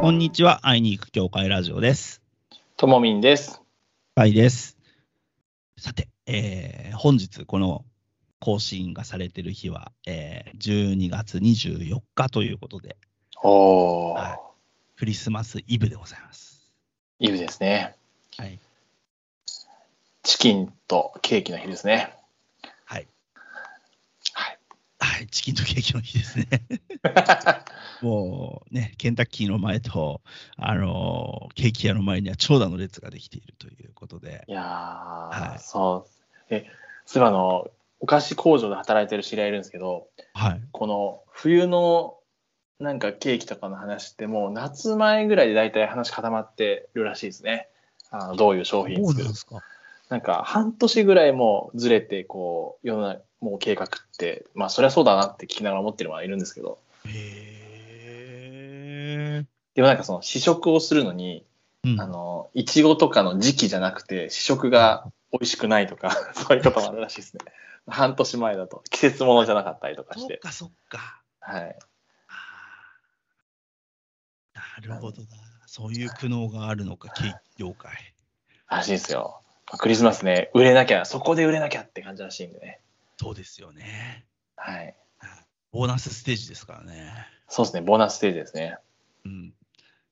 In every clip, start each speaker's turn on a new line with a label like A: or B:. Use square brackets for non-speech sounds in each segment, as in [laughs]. A: こんにちは。会いに行く教会ラジオです。
B: ともみんです。
A: はいです。さて、えー本日この更新がされてる日は、えー12月24日ということで、
B: おー、
A: はクリスマスイブでございます。
B: い、イブですね。
A: はい。
B: チキンとケーキの日ですね。
A: はい。
B: はい。
A: はい、チキンとケーキの日 [laughs] ですね。もうね、ケンタッキーの前と、あのーケーキ屋の前には長蛇の列ができているということで、
B: いやー、
A: い
B: そう。え、そういえばあの、お菓子工場で働いてる知り合いいるんですけど、
A: はい。
B: この冬のなんかケーキとかの話ってもう夏前ぐらいで大体話固まってるらしいですね。あのどういう商品
A: そう
B: 作
A: な
B: る
A: んですか。
B: なんか半年ぐらいもうずれてこう世の中もう計画ってまあそりゃそうだなって聞きながら思ってるのはいるんですけど
A: へー。
B: でもなんかその試食をするのに、
A: うん
B: あのいちごとかの時期じゃなくて試食が美味しくないとか [laughs] そういうこともあるらしいですね半年前だと季節ものじゃなかったりとかし
A: そってかそっか。
B: はい
A: あーなるほどな。そういう苦悩があるのか、ケーキ業界。
B: らしいですよクリスマスね売れなきゃそこで売れなきゃって感じらしいんでね
A: そうですよね。
B: はい
A: ボーナスステージですからね。
B: そうですねボーナスステージですね
A: うん、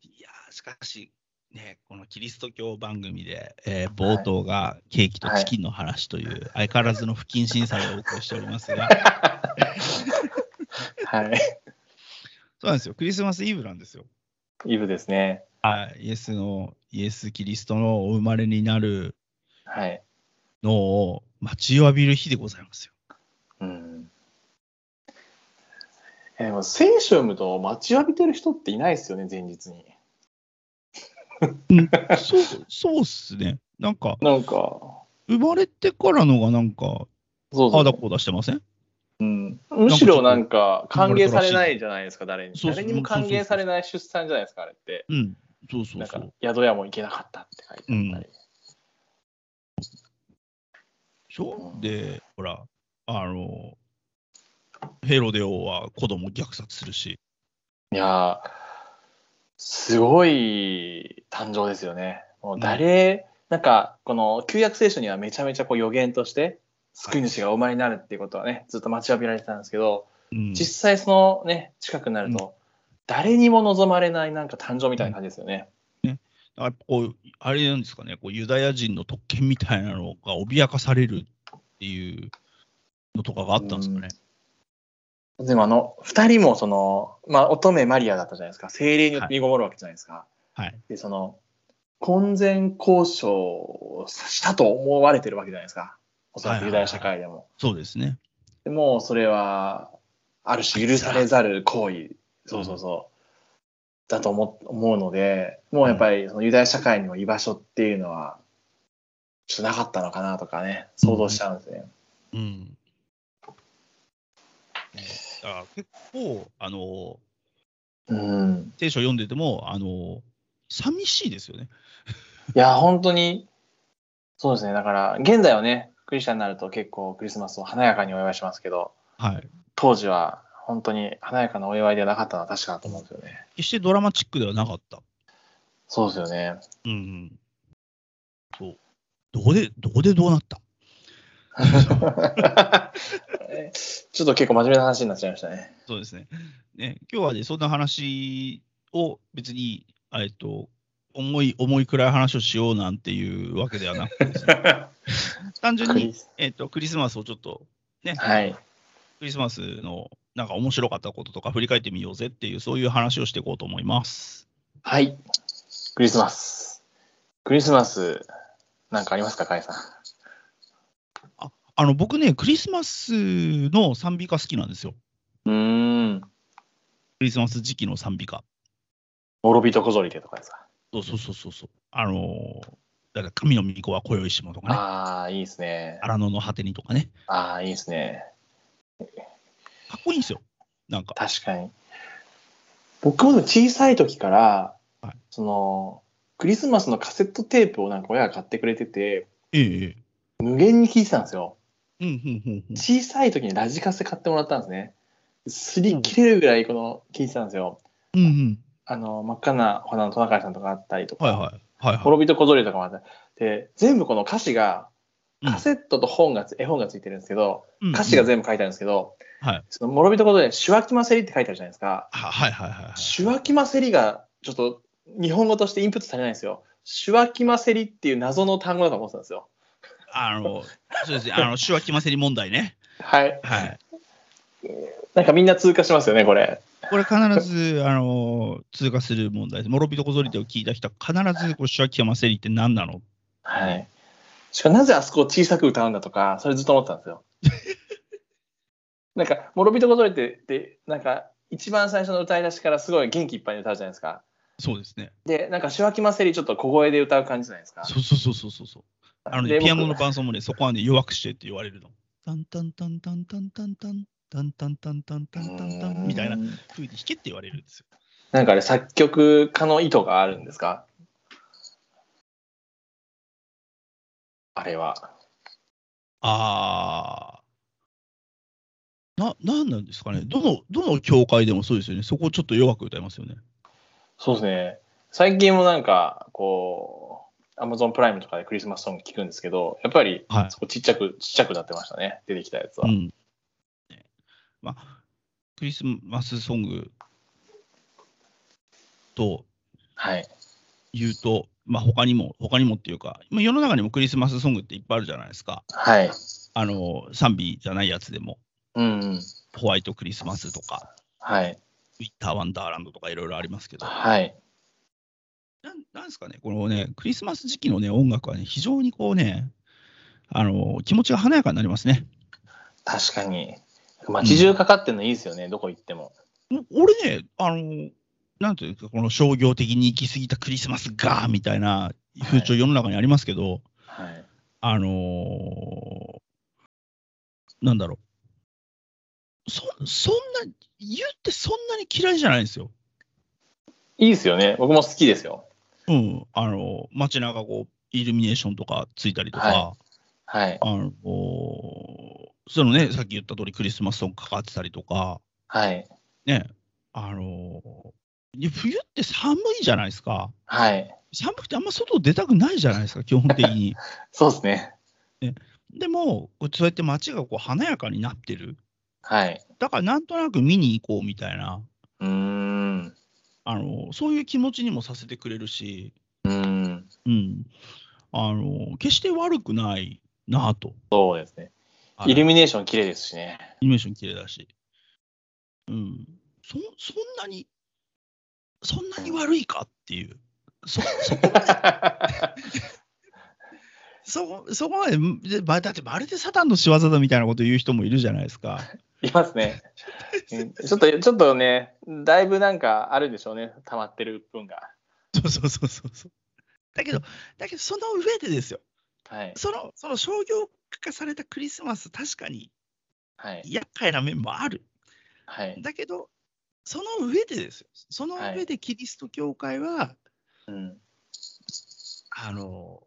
A: いやーしかし、ね、このキリスト教番組で、えー冒頭がケーキとチキンの話という、相変わらずの不謹慎さをお送りしております [laughs] が、
B: はい [laughs]
A: そうなんですよ。クリスマスイブなんですよ。
B: イブですね
A: はいイエスの、イエス・キリストのお生まれになる
B: はい
A: のを待ちわびる日でございますよ。
B: うんえでも聖書読むと待ちわびてる人っていないですよね前日に
A: [laughs] そう、そうっすね。なんか、
B: なんか
A: 生まれてからのがなんか、
B: そうそ
A: あ
B: う
A: だこうだしてません
B: うん、むしろなんか歓迎されないじゃないですか誰に
A: そうそう
B: 誰にも歓迎されない出産じゃないですかあれって
A: うん。そうそうそ
B: なん
A: う
B: か。宿屋も行けなかったって書いてあったり、
A: しょ
B: うん
A: で、ほら、あの、ヘロデ王は子供虐殺するし、
B: いやーすごい誕生ですよねもう誰、なんかこの旧約聖書にはめちゃめちゃこう予言として救い主がお生まれになるっていうことはねずっと待ちわびられてたんですけど、
A: うん、
B: 実際そのね近くなると、誰にも望まれないなんか誕生みたいな感じですよね。
A: あこうあれなんですかねこう、ユダヤ人の特権みたいなのが脅かされるっていうのとかがあったんですかね。
B: でもあの2人もその、まあ、乙女マリアだったじゃないですか精霊によって身ごもるわけじゃないですか。
A: はい。
B: でその婚前交渉をしたと思われてるわけじゃないですかおそらくユダヤ社会でも。
A: そうですね。
B: でもうそれはある種許されざる行為そうそうそうだと思思うのでもうやっぱりそのユダヤ社会にも居場所っていうのはちょっとなかったのかなとかね想像しちゃうんですね。
A: うん。ねだから結構、あの、
B: うん、
A: 聖書読んでても、あの、寂しいですよね。
B: いや本当にそうですねだから現在はねクリスチャンになると結構クリスマスを華やかにお祝いしますけど
A: はい。
B: 当時は本当に華やかなお祝いではなかったのは確かだと思うんですよね。
A: 決してドラマチックではなかった。
B: そうですよ [laughs] ね。
A: うんうん。そう。どこで、どこでどうなった
B: ちょっと結構真面目な話になっちゃいましたね。
A: そうですね。ね、今日はね、そんな話を別に、えっと、重い、重いくらい話をしようなんていうわけではなくてですね、単純
B: ク
A: に
B: リ、ス
A: えっと、クリスマスをちょっと、ね、
B: はい。
A: クリスマスのなんか面白かったこととか振り返ってみようぜっていう、そういう話をしていこうと思います。
B: はい。クリスマス。クリスマス、なんかありますか、カイさん。
A: あの、僕ね、クリスマスの賛美歌好きなんですよ。
B: うーん。
A: クリスマス時期の賛美歌。
B: もろびとこぞりでとかですか。
A: そうそうそうそうそう。あのーだから神の御子は今宵しもとかね、
B: ああ、いいですね。
A: 荒野の果てにとかね、
B: ああ、いいですね。
A: かっこいいんですよ。なんか、
B: 確かに。僕も小さい時から、
A: はい
B: その、クリスマスのカセットテープをなんか親が買ってくれてて、
A: ええ
B: 無限に聴いてたんですよ。
A: ええうんうんうんうん。
B: 小さい時にラジカセ買ってもらったんですね。すり切れるぐらいこの聴いてたんですよ。
A: うんうん。
B: あの、真っ赤な花のトナカイさんとかあったりとか、
A: はいはい。はいはい。
B: 滅びと小鳥とかもあったりで、全部この歌詞が、カセットと本がつ、絵本がついてるんですけど、
A: うん
B: 歌詞が
A: うん
B: 全部書いてあるんですけど、
A: はい
B: その諸人ことで、シュワキマセリって書いてあるじゃないですか。
A: あはいはいはいはい。
B: シュワキマセリが、ちょっと日本語としてインプットされないんですよ。シュワキマセリっていう謎の単語だと思ってたんですよ。
A: あの、そうですね。あの、手話気ませり問題ね。
B: はい。
A: はい。
B: なんかみんな通過しますよね、これ。
A: これ必ず、あの、通過する問題です。モロビトコゾリテを聞いた人は必ず、こう、手話気ませりって何なの
B: はい。しかもなぜあそこを小さく歌うんだとか、それずっと思ってたんですよ。 [laughs] なんか、諸人ことりって、で、なんか、一番最初の歌い出しからすごい元気いっぱいで歌うじゃないですか。
A: そうですね。
B: で、なんか、シュワキマセリちょっと小声で歌う感じじゃないですか。
A: そうそうそうそうそうそう。あの
B: で
A: ね、
B: 僕
A: ピアノの伴奏もね、そこはね、弱くしてって言われるの。タンタンタンタンタンタンタンタンタンタンタンタンタンタンみたいな
B: うーん
A: 風に弾けって言われるんですよ。
B: なんかあれ、作曲家の意図があるんですかあれは。
A: あー。な、なんなんですかね。どの、どの教会でもそうですよね。そこをちょっと弱く歌いますよね。
B: そうですね。最近もなんか、こう、Amazon プライムとかでクリスマスソング聞くんですけど、やっぱり、
A: はい
B: そこちっちゃく、ちっちゃくなってましたね。出てきたやつは。
A: うん。ねまあ、クリスマスソングと
B: はい。
A: 言うと、まあ、他にも、他にもっていうか、まあ世の中にもクリスマスソングっていっぱいあるじゃないですか。
B: はい。
A: あの、賛美じゃないやつでも、
B: うんうん。
A: ホワイトクリスマスとか、
B: はい。
A: ウィンター・ワンダーランドとかいろいろありますけど、
B: はい。
A: なんなんですかね、このね、クリスマス時期のね、音楽はね、非常にこうね、あの、気持ちが華やかになりますね。
B: 確かに。街中かかってんのいいですよね。どこ行っても。
A: お俺ね、あの、なんていうか、この商業的に行き過ぎたクリスマスがーみたいな風潮、世の中にありますけど、
B: はい。
A: あのーなんだろう。そそんな、言ってそんなに嫌いじゃないんですよ。
B: いいですよね。僕も好きですよ。
A: うん、あの街中こうイルミネーションとかついたりとか、
B: ははい。
A: あのこうそのねさっき言った通りクリスマスソングかかってたりとか
B: はい。
A: ねあのいや冬って寒いじゃないですか
B: はい。
A: 寒くてあんま外出たくないじゃないですか基本的に
B: そうですね。
A: でもこうそうやって街がこう華やかになってる
B: はい。
A: だからなんとなく見に行こうみたいな
B: うーん。う
A: あのそういう気持ちにもさせてくれるし、
B: ーん。
A: うん、あの決して悪くないなぁと。
B: そうですね。イルミネーション綺麗ですしね。 [laughs]
A: イルミネーション綺麗だし。うん。そ、そんなに、そんなに悪いかっていう。そ、そこ、 [laughs] そこ、そこまでで、まだってまるでサタンの仕業だみたいなこと言う人もいるじゃないですか。
B: いますね。うんちょっと、ちょっとね、だいぶなんかあるでしょうね。溜まってる分が。
A: [laughs] そうそうそうそうそう。だけど、だけど、その上でですよ。
B: はい。
A: その、その商業化されたクリスマス、確かに
B: はい。
A: 厄介な面もある。
B: はい。
A: だけど、その上でですよ。その上でキリスト教会は、
B: うん。
A: あの、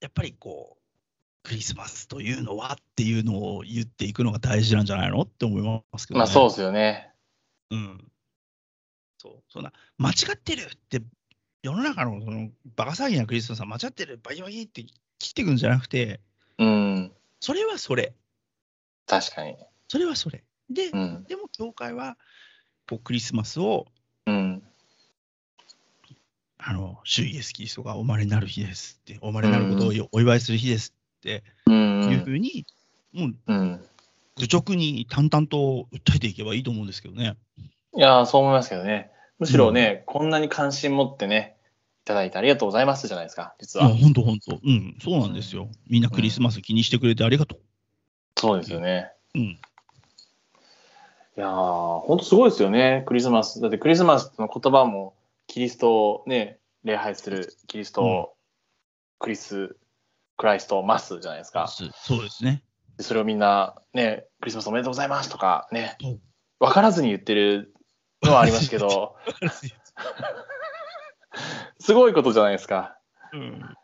A: やっぱりこう、クリスマスというのはっていうのを言っていくのが大事なんじゃないのって思いますけど、ね。
B: まあ、そうですよね。
A: うん。そう。そんな、間違ってるって、世の中のそのバカ騒ぎなクリスマスは間違ってる、バイバイって切っていくんじゃなくて、
B: うん。
A: それはそれ、
B: 確かに。
A: それはそれ。で、
B: うん。
A: でも教会は、こうクリスマスを、
B: うん。
A: あの、主イエスキリストがお生まれになる日ですって、お生まれになることをお祝いする日ですって
B: う
A: いうふ
B: ん。
A: うに、もう
B: うん。
A: 愚直に淡々と訴えていけばいいと思うんですけどね。
B: いやー、そう思いますけどね。むしろね、こんなに関心持ってね、いただいてありがとうございますじゃないですか、実
A: いや、
B: は。
A: 本当本当。うん、そうなんですよ。みんなクリスマス気にしてくれてありがとう。
B: そうですよね。
A: うん。
B: いやー、ほんとすごいですよね、クリスマス。だってクリスマスの言葉も、キリストをね、礼拝する、キリストを、クリス、クライストをマスじゃないですか。
A: そうそうですね。
B: それをみんな、ね、クリスマスおめでとうございますとか、ね
A: うん、
B: 分からずに言ってるのはありますけど、すごいことじゃないですか。
A: うん。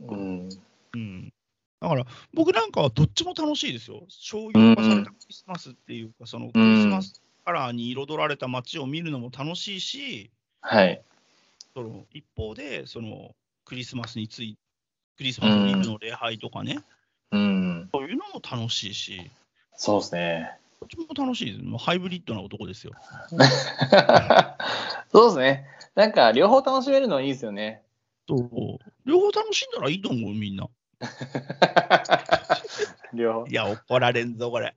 B: うん。
A: うん。だから、僕なんかはどっちも楽しいですよ。商業化されたクリスマスっていうか、そのクリスマスカラーに彩られた街を見るのも楽しいし、
B: はい。
A: その一方で、そのクリスマスについクリスマスイブの礼拝とかね、
B: うん。
A: そういうのも楽しいし、
B: そうですね。 [laughs]
A: こっちも楽しいです。もうハイブリッドな男ですよ。
B: そうですね。なんか、両方楽しめるのいいですよね。 [laughs]
A: そう両方楽しんだらいいと思う、みんな。
B: 両方
A: い。や、怒られんぞ、これ。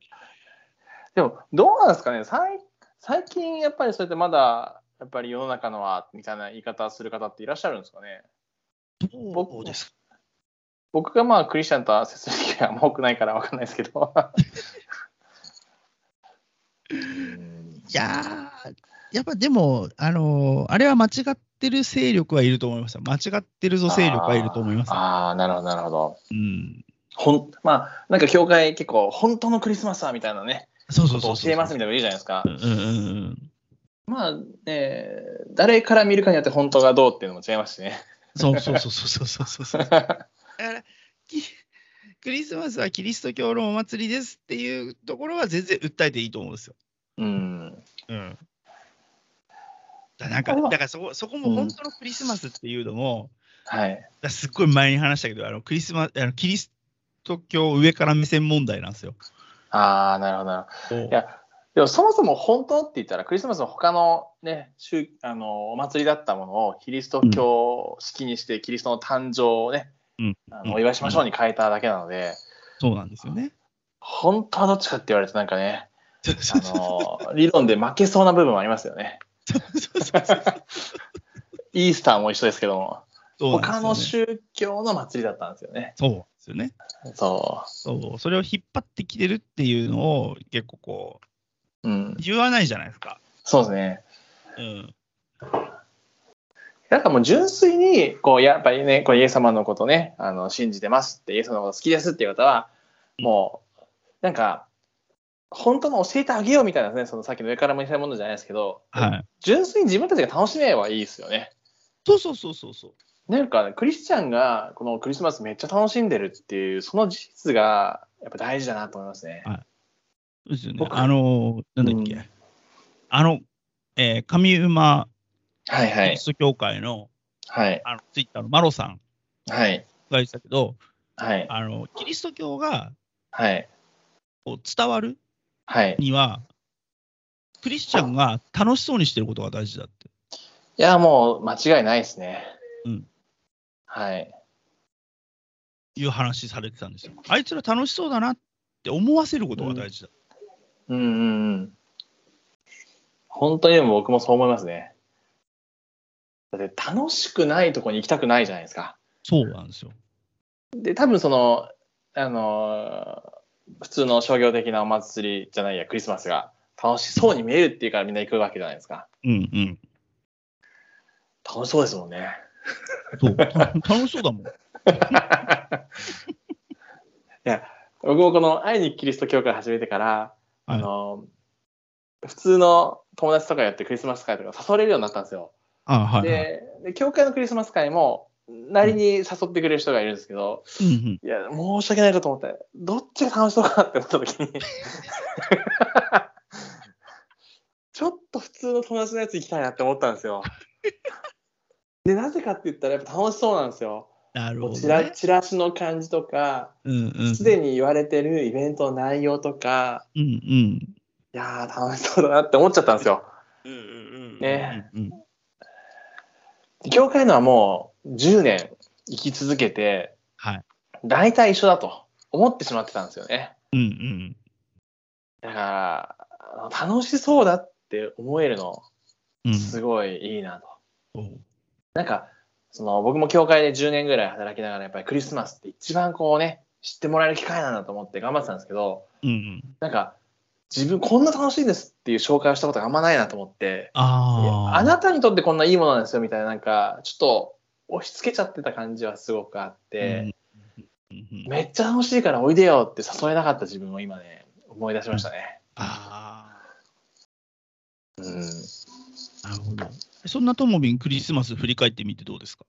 B: でも、どうなんですかね。最最近、やっぱりそうやってまだ、やっぱり世の中のは、みたいな言い方する方っていらっしゃるんですかね。
A: どうです
B: 僕がまあ、クリスチャンとは接する機会はあんま多くないからわかんないですけど。うん
A: いやー、やっぱでも、あのーあれは間違ってる勢力はいると思いました。間違ってるぞ勢力はいると思います。
B: あーあー、なるほど、なるほど。
A: うん。
B: ほん、まあ、なんか教会結構、本当のクリスマスはみたいなね、
A: そうそ
B: こ
A: うそ
B: と
A: う
B: を
A: そう。
B: 教えますみたいなの言うじゃないですか
A: う。んうんうんうん。
B: まあ、ねえ、誰から見るかによって本当がどうっていうのも違いますしね。
A: そうそうそうそうそうそう
B: [laughs]
A: そう。だからきクリスマスはキリスト教のお祭りですっていうところは全然訴えていいと思うんですよ。
B: うん。
A: うん。だなんか、だからそこそこも本当のクリスマスっていうのも、
B: はい。
A: だすっごい前に話したけど、あのクリスマあのキリスト教上から目線問題なんですよ。
B: ああ、なるほど、なる
A: い
B: ほど。いや、でもそもそも本当って言ったら、クリスマスの他のね、宗あのお祭りだったものをキリスト教式にして、キリストの誕生をね、
A: うん
B: あのお祝いしましょうに変えただけなので、
A: そうなんですよ
B: [laughs]
A: ね。
B: 本当はどっちかって言われるとなんかね、
A: [laughs]
B: あの、理論で負けそうな部分もありますよね。イースターも一緒ですけども、
A: そうな
B: 他
A: んで
B: の
A: すよね
B: 宗教の祭りだったんですよね。
A: そうなんですよね。
B: そ
A: そう。それを引っ張ってきてるっていうのを結構こう、
B: う。うん。
A: 言わないじゃないですか。
B: そうですね。
A: うん。
B: なんかもう純粋に、こう、やっぱりね、こうイエス様のことね、あの、信じてますって、イエス様のこと好きですっていう方は、もう、なんか、本当の教えてあげようみたいなですね、そのさっきの上からも見せるものじゃないですけど、
A: はい。
B: 純粋に自分たちが楽しめればいいですよね。
A: そうそうそうそうそう。
B: なんか、クリスチャンが、このクリスマスめっちゃ楽しんでるっていう、その事実が、やっぱ大事だなと思いますね。
A: そうですよね。
B: 僕
A: あの、なんだっけ。
B: うん
A: あの、えー上馬
B: はい
A: キ
B: は
A: リ
B: い
A: ス。ト教会の,、
B: はい。
A: あのツイッターのマロさん
B: はい。
A: が言ってたけど、
B: はい。
A: あのキリスト教が
B: はい。
A: こう伝わる
B: はい。
A: には、クリスチャンが楽しそうにしてることが大事だって。
B: いや、もう、間違いないですね。
A: うん。
B: はい。
A: いう話されてたんですよ。あいつら楽しそうだなって思わせることが大事だ。
B: うんうんうん。本当にでも僕もそう思いますね。だって楽しくないとこに行きたくないじゃないですか。
A: そうなんですよ。
B: で、多分その、あのー普通の商業的なお祭りじゃないや、クリスマスが楽しそうに見えるっていうからみんな行くわけじゃないですか。
A: うんうん。
B: 楽しそうですもんね。 [laughs]
A: そう [laughs] 楽しそうだもん。
B: 僕もこの愛にキリスト教会始めてから、
A: い
B: あのー普通の友達とかやってクリスマス会とか誘われるようになったんですよ。
A: あはい、はい。
B: でで教会のクリスマス会もなりに誘ってくれる人がいるんですけど、
A: うんうん、
B: いや申し訳ないなと思ってどっちが楽しそうかなってなった時
A: [laughs]
B: にちょっと普通の友達のやつ行きたいなって思ったんですよ。でなぜかって言ったらやっぱ楽しそうなんですよ。
A: なる
B: も
A: ほ
B: う
A: ど、
B: チラ
A: ね。
B: チラシの感じとか
A: うんうん。
B: すでに言われてるイベントの内容とか
A: うんうん。
B: いやー楽しそうだなって思っちゃったんですよ。ね
A: うんうん
B: 教会のはもう10年生き続けて
A: はい。
B: 大体一緒だと思ってしまってたんですよね。
A: うんうん。
B: だからあの、楽しそうだって思えるの、
A: うん、
B: すごいいいなと。
A: そう
B: なんか、その僕も教会で10年ぐらい働きながら、やっぱりクリスマスって一番こうね、知ってもらえる機会なんだと思って頑張ってたんですけど、
A: うんうん。
B: なんか、自分こんな楽しいんですっていう紹介をしたことがあんまないなと思って、いや
A: ああ。
B: あなたにとってこんないいものなんですよみたいな、なんか、ちょっと押し付けちゃってた感じはすごくあって、
A: うんうんうん
B: めっちゃ楽しいからおいでよって誘えなかった自分を今ね、思い出しましたね。
A: あ
B: うん
A: あ。なるほど。そんなともびん、クリスマス振り返ってみてどうですか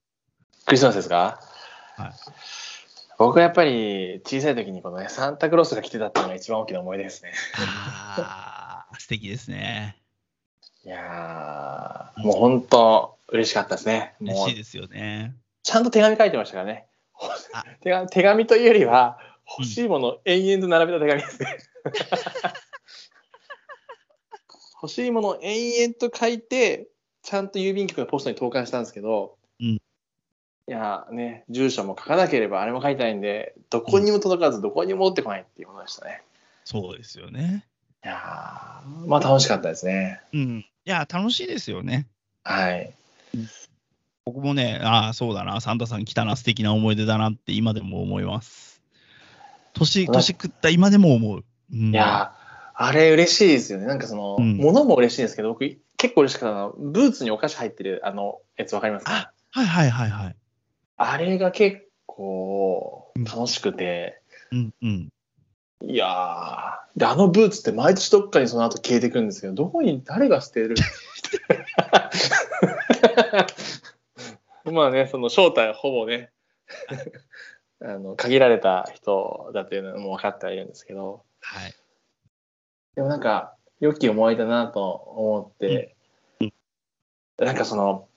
B: クリスマスですか
A: はい
B: 僕はやっぱり小さい時にこのね、サンタクロースが来てたっていうのが一番大きな思い出ですね。
A: あー素敵ですね。
B: いやーもう本当嬉しかったですね。
A: 嬉
B: もう
A: しいですよね。
B: ちゃんと手紙書いてましたからね
A: あ。
B: [laughs] 手紙手紙というよりは、欲しいものを延々と並べた手紙ですね。 [laughs] 欲しいものを延々と書いて、ちゃんと郵便局のポストに投函したんですけど、
A: うん
B: いやーね、住所も書かなければあれも書いてないんで、どこにも届かず、どこにも戻ってこないっていうことでしたね。
A: そうですよね。
B: いやーまあ楽しかったですね。
A: うん。いや、楽しいですよね。
B: はい。
A: 僕もね、ああ、そうだな、サンタさん来たな、素敵な思い出だなって今でも思います。年、
B: うん
A: 年食った今でも思う。うん、
B: いやーあれ嬉しいですよね。なんかその、
A: うん
B: 物も嬉しいんですけど、僕結構嬉しかったのは、ブーツにお菓子入ってるあのやつわかりますか
A: はいはいはいはい。
B: あれが結構
A: うん
B: 楽しくて、
A: うんうん。
B: いやーで、あのブーツって毎年どっかにその後消えていくんですけど、どこに誰が捨てる [laughs] まあね、その正体はほぼね、 [laughs] あの限られた人だというのも分かってはいるんですけど、
A: はい。
B: でもなんか、良き思い出だなと思って、なんかその、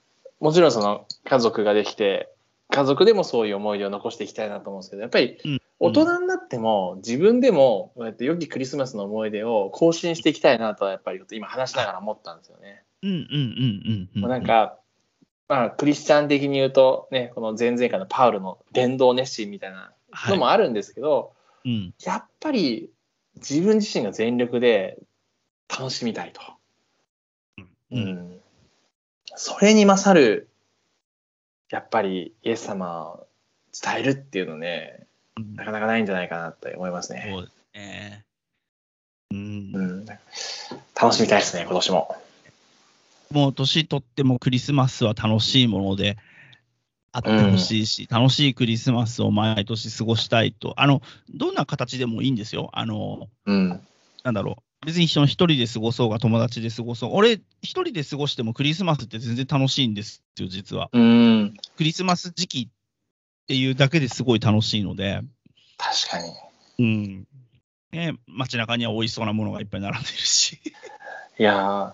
B: もちろんその家族ができて、家族でもそういう思い出を残していきたいなと思うんですけど、やっぱり
A: うん
B: 大人になっても自分でも、こうやって良きクリスマスの思い出を更新していきたいなとはやっぱり今話しながら思ったんですよね。
A: うんうんうんうん、うん。
B: もうなん、か、まあクリスチャン的に言うとね、この前々回のパウルの伝道熱心みたいな
A: は
B: の
A: い、
B: もあるんですけど、
A: うん。
B: やっぱり自分自身が全力で楽しみたいと。
A: うん
B: んそれに勝る、やっぱりイエス様を伝えるっていうのね、
A: うん
B: なかなかないんじゃないかなって思いますね。
A: そうですね。うん
B: う。ん、楽しみたいですね、今年も。
A: もう年取ってもクリスマスは楽しいものであってほしいし、楽しいクリスマスを毎年過ごしたいと、あの、どんな形でもいいんですよ。あの、
B: うん。
A: なんだろう。別にその一人で過ごそうが友達で過ごそう。俺、一人で過ごしてもクリスマスって全然楽しいんですよ、実は。
B: うん。
A: クリスマス時期っていうだけですごい楽しいので、
B: 確かに。
A: うん。ね、街中には美味しそうなものがいっぱい並んでるし。 [laughs]
B: いやー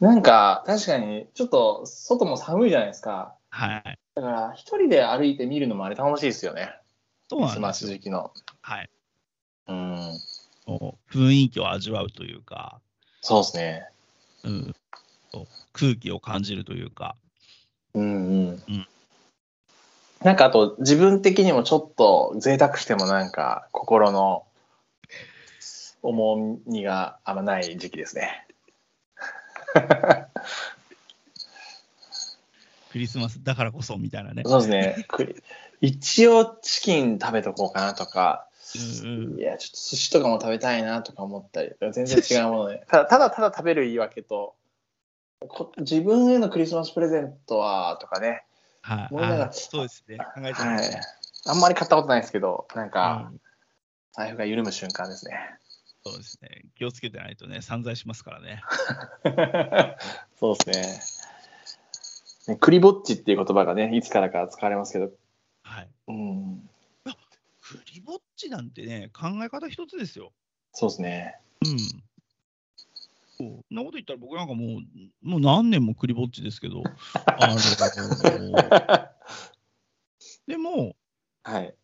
B: なんか確かにちょっと外も寒いじゃないですか。
A: はい。
B: だから一人で歩いて見るのもあれ楽しいですよね。
A: そう
B: クリ
A: な
B: ス
A: ん
B: マ
A: で
B: ス
A: すよ。
B: 時期の。
A: はい。
B: うん。
A: こう雰囲気を味わうというか、
B: そうですね。
A: うん、そう空気を感じるというか、
B: うんうん
A: うん
B: なんかあと自分的にもちょっと贅沢してもなんか心の重みがあんまない時期ですね。
A: クリスマスだからこそみたいなね。
B: そうですね。
A: [laughs]
B: くり一応チキン食べとこうかなとか、
A: うんうん
B: いや、ちょっと寿司とかも食べたいなとか思ったり、全然違うもの
A: [laughs]
B: で、ただただただ食べる言い訳と、こ自分へのクリスマスプレゼントはとかね、
A: はい
B: もうなんか
A: あそうですね。考えてま
B: は
A: す
B: い
A: ね。。
B: あんまり買ったことないですけど、なんか
A: うん
B: 財布が緩む瞬間ですね。
A: そうですね。気をつけてないとね、散財しますからね。
B: [laughs] そうですね。ねクリぼっちっていう言葉がね、いつからか使われますけど、
A: はい。
B: うん、
A: クリぼっちなんてね、考え方一つですよ。
B: そうですね。
A: うん。そうそんなこと言ったら僕なんかもう、もう何年もクリぼっちですけど、あの [laughs] でも、
B: はい。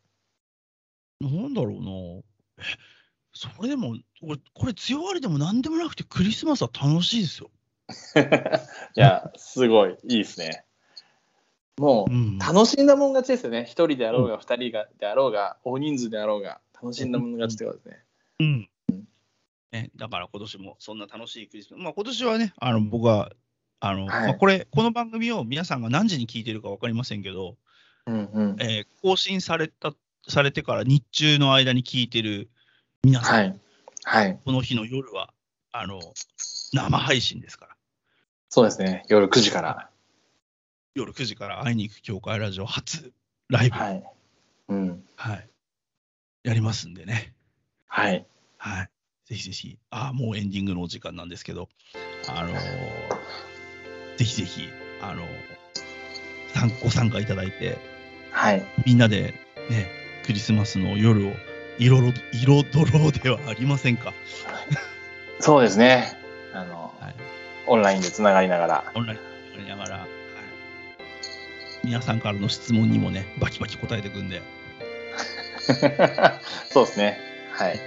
A: なんだろうな。えそれでも、俺、これ強がりでも何でもなくて、クリスマスは楽しいですよ。
B: [laughs] いや、すごい、いいですね。も
A: う
B: う、
A: ん。
B: 楽しんだもん勝ちですよね。一人であろうが、二人がであろうが、大人数であろうが、楽しんだもん勝ちってことですね。
A: うんね、だから今年もそんな楽しいクリスマス。まあ今年はね、あの僕は、あの
B: はい
A: まあ、これ、この番組を皆さんが何時に聞いてるか分かりませんけど、
B: うんうん。
A: えー更新されたされてから日中の間に聞いてる皆さん、
B: はい。はい。
A: この日の夜はあの生配信ですから、
B: そうですね。夜9時から。
A: 夜9時から会いに行く教会ラジオ初ライブ、はい
B: はい。うん。
A: やりますんでね、
B: はい。
A: はい、ぜひぜひ、あーもうエンディングのお時間なんですけど、あのーぜひぜひ、あのー参ご参加いただいて、
B: はい。
A: みんなで、ね、クリスマスの夜を彩ろ彩ろうではありませんか。
B: そうですね。あの、
A: はい
B: オンラインでつながりながら。
A: オンラインでやりながら、はい、皆さんからの質問にもね、バキバキ答えていくんで、
B: [laughs] そうですね。はい。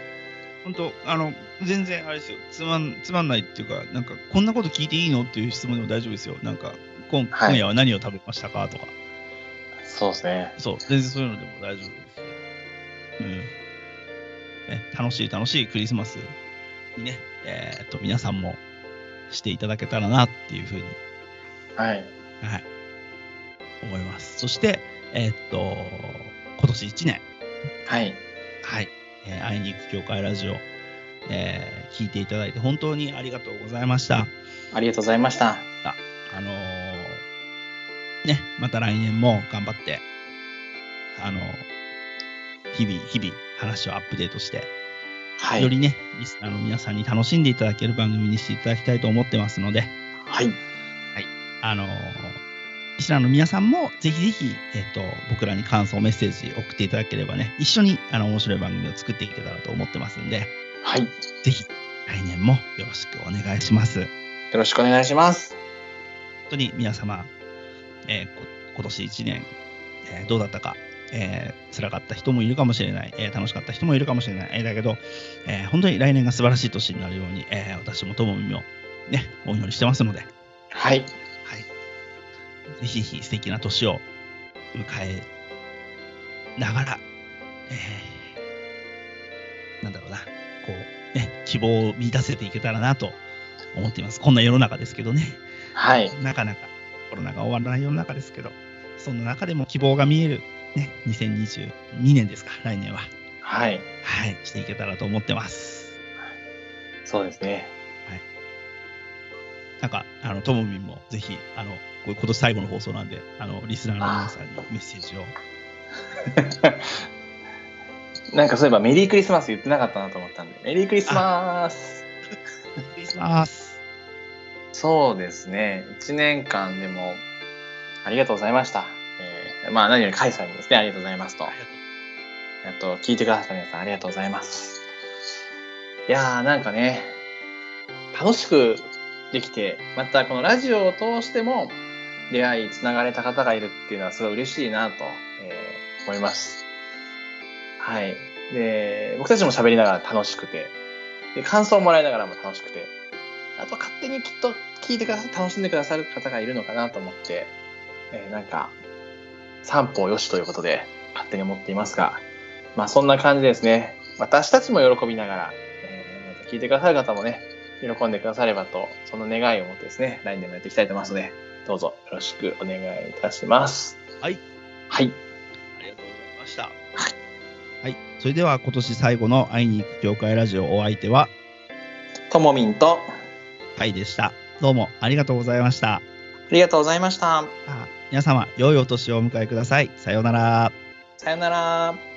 A: 本当、あの、全然あれですよ、つまんつまんないっていうか、なんか、こんなこと聞いていいのっていう質問でも大丈夫ですよ。なんか、今
B: はい
A: 今夜は何を食べましたかとか、
B: そうですね。
A: そう、全然そういうのでも大丈夫ですし、うんね、楽しい楽しいクリスマスにね、えーっと、皆さんもしていただけたらなっていうふうに
B: はい。
A: はい。思います。そして、えーっと、今年1年、
B: はい。
A: はい。えー会いに行く教会ラジオ、えー聞いていただいて本当にありがとうございました。
B: ありがとうございました。
A: あのーね、また来年も頑張って、あのー日々、日々、話をアップデートして、
B: はい。
A: よりね、リスナーの皆さんに楽しんでいただける番組にしていただきたいと思ってますので、
B: はい。
A: あのー、リスナーの皆さんもぜひぜひ、えっと僕らに感想メッセージ送っていただければね一緒にあの面白い番組を作っていけたらと思ってますんで
B: はい。よ
A: ぜひ来年もよろしくお願いします本
B: ろしくお願いします。
A: 当に皆様、えーこ今年1年、えーどうだったか、えー、辛かった人もいるかもしれない、えー楽しかった人もいるかもしれない、えーだけど、えー本当に来年が素晴らしい年になるように、えー私もともみもねお祈りしてますので
B: はい。
A: ぜひぜひ素敵な年を迎えながら、えーなんだろうな、こう、ね、希望を見出せていけたらなと思っています。こんな世の中ですけどね、
B: はい。
A: なかなかコロナが終わらない世の中ですけど、そんな中でも希望が見える、ね、2022年ですか、来年は。
B: はい。
A: はい、していけたらと思ってます。
B: そうですね。
A: なんか、あの、ともみんもぜひ、あの、これ今年最後の放送なんで、あの、リスナーの皆さんにメッセージを。
B: なんかそういえばメリークリスマス言ってなかったなと思ったんで。メリークリスマス
A: クリスマス
B: そうですね。1年間でも、ありがとうございました。えーまあ何よりカイさんにですね、ありがとうございますと。えっと、聞いてくださった皆さんありがとうございます。いやー、なんかね、楽しくできて、またこのラジオを通しても出会い、つながれた方がいるっていうのはすごい嬉しいなと、えー思います。はい。で、僕たちも喋りながら楽しくて、で、感想をもらいながらも楽しくて、あと勝手にきっと聞いてくださ、楽しんでくださる方がいるのかなと思って、えーなんか、三歩よしということで、勝手に思っていますが、まあそんな感じですね。私たちも喜びながら、えーまた聞いてくださる方もね、喜んでくださればと、その願いを持ってですね、来年もやっていきたいと思いますので、どうぞよろしくお願いいたします。
A: はい。
B: はい。
A: ありがとうございました。はい。それでは今年最後の会いに行く教会ラジオお相手は、
B: ともみんと、
A: タイでした。どうもありがとうございました。
B: ありがとうございました。
A: あ皆様、良いお年をお迎えください。さようなら。
B: さよなら。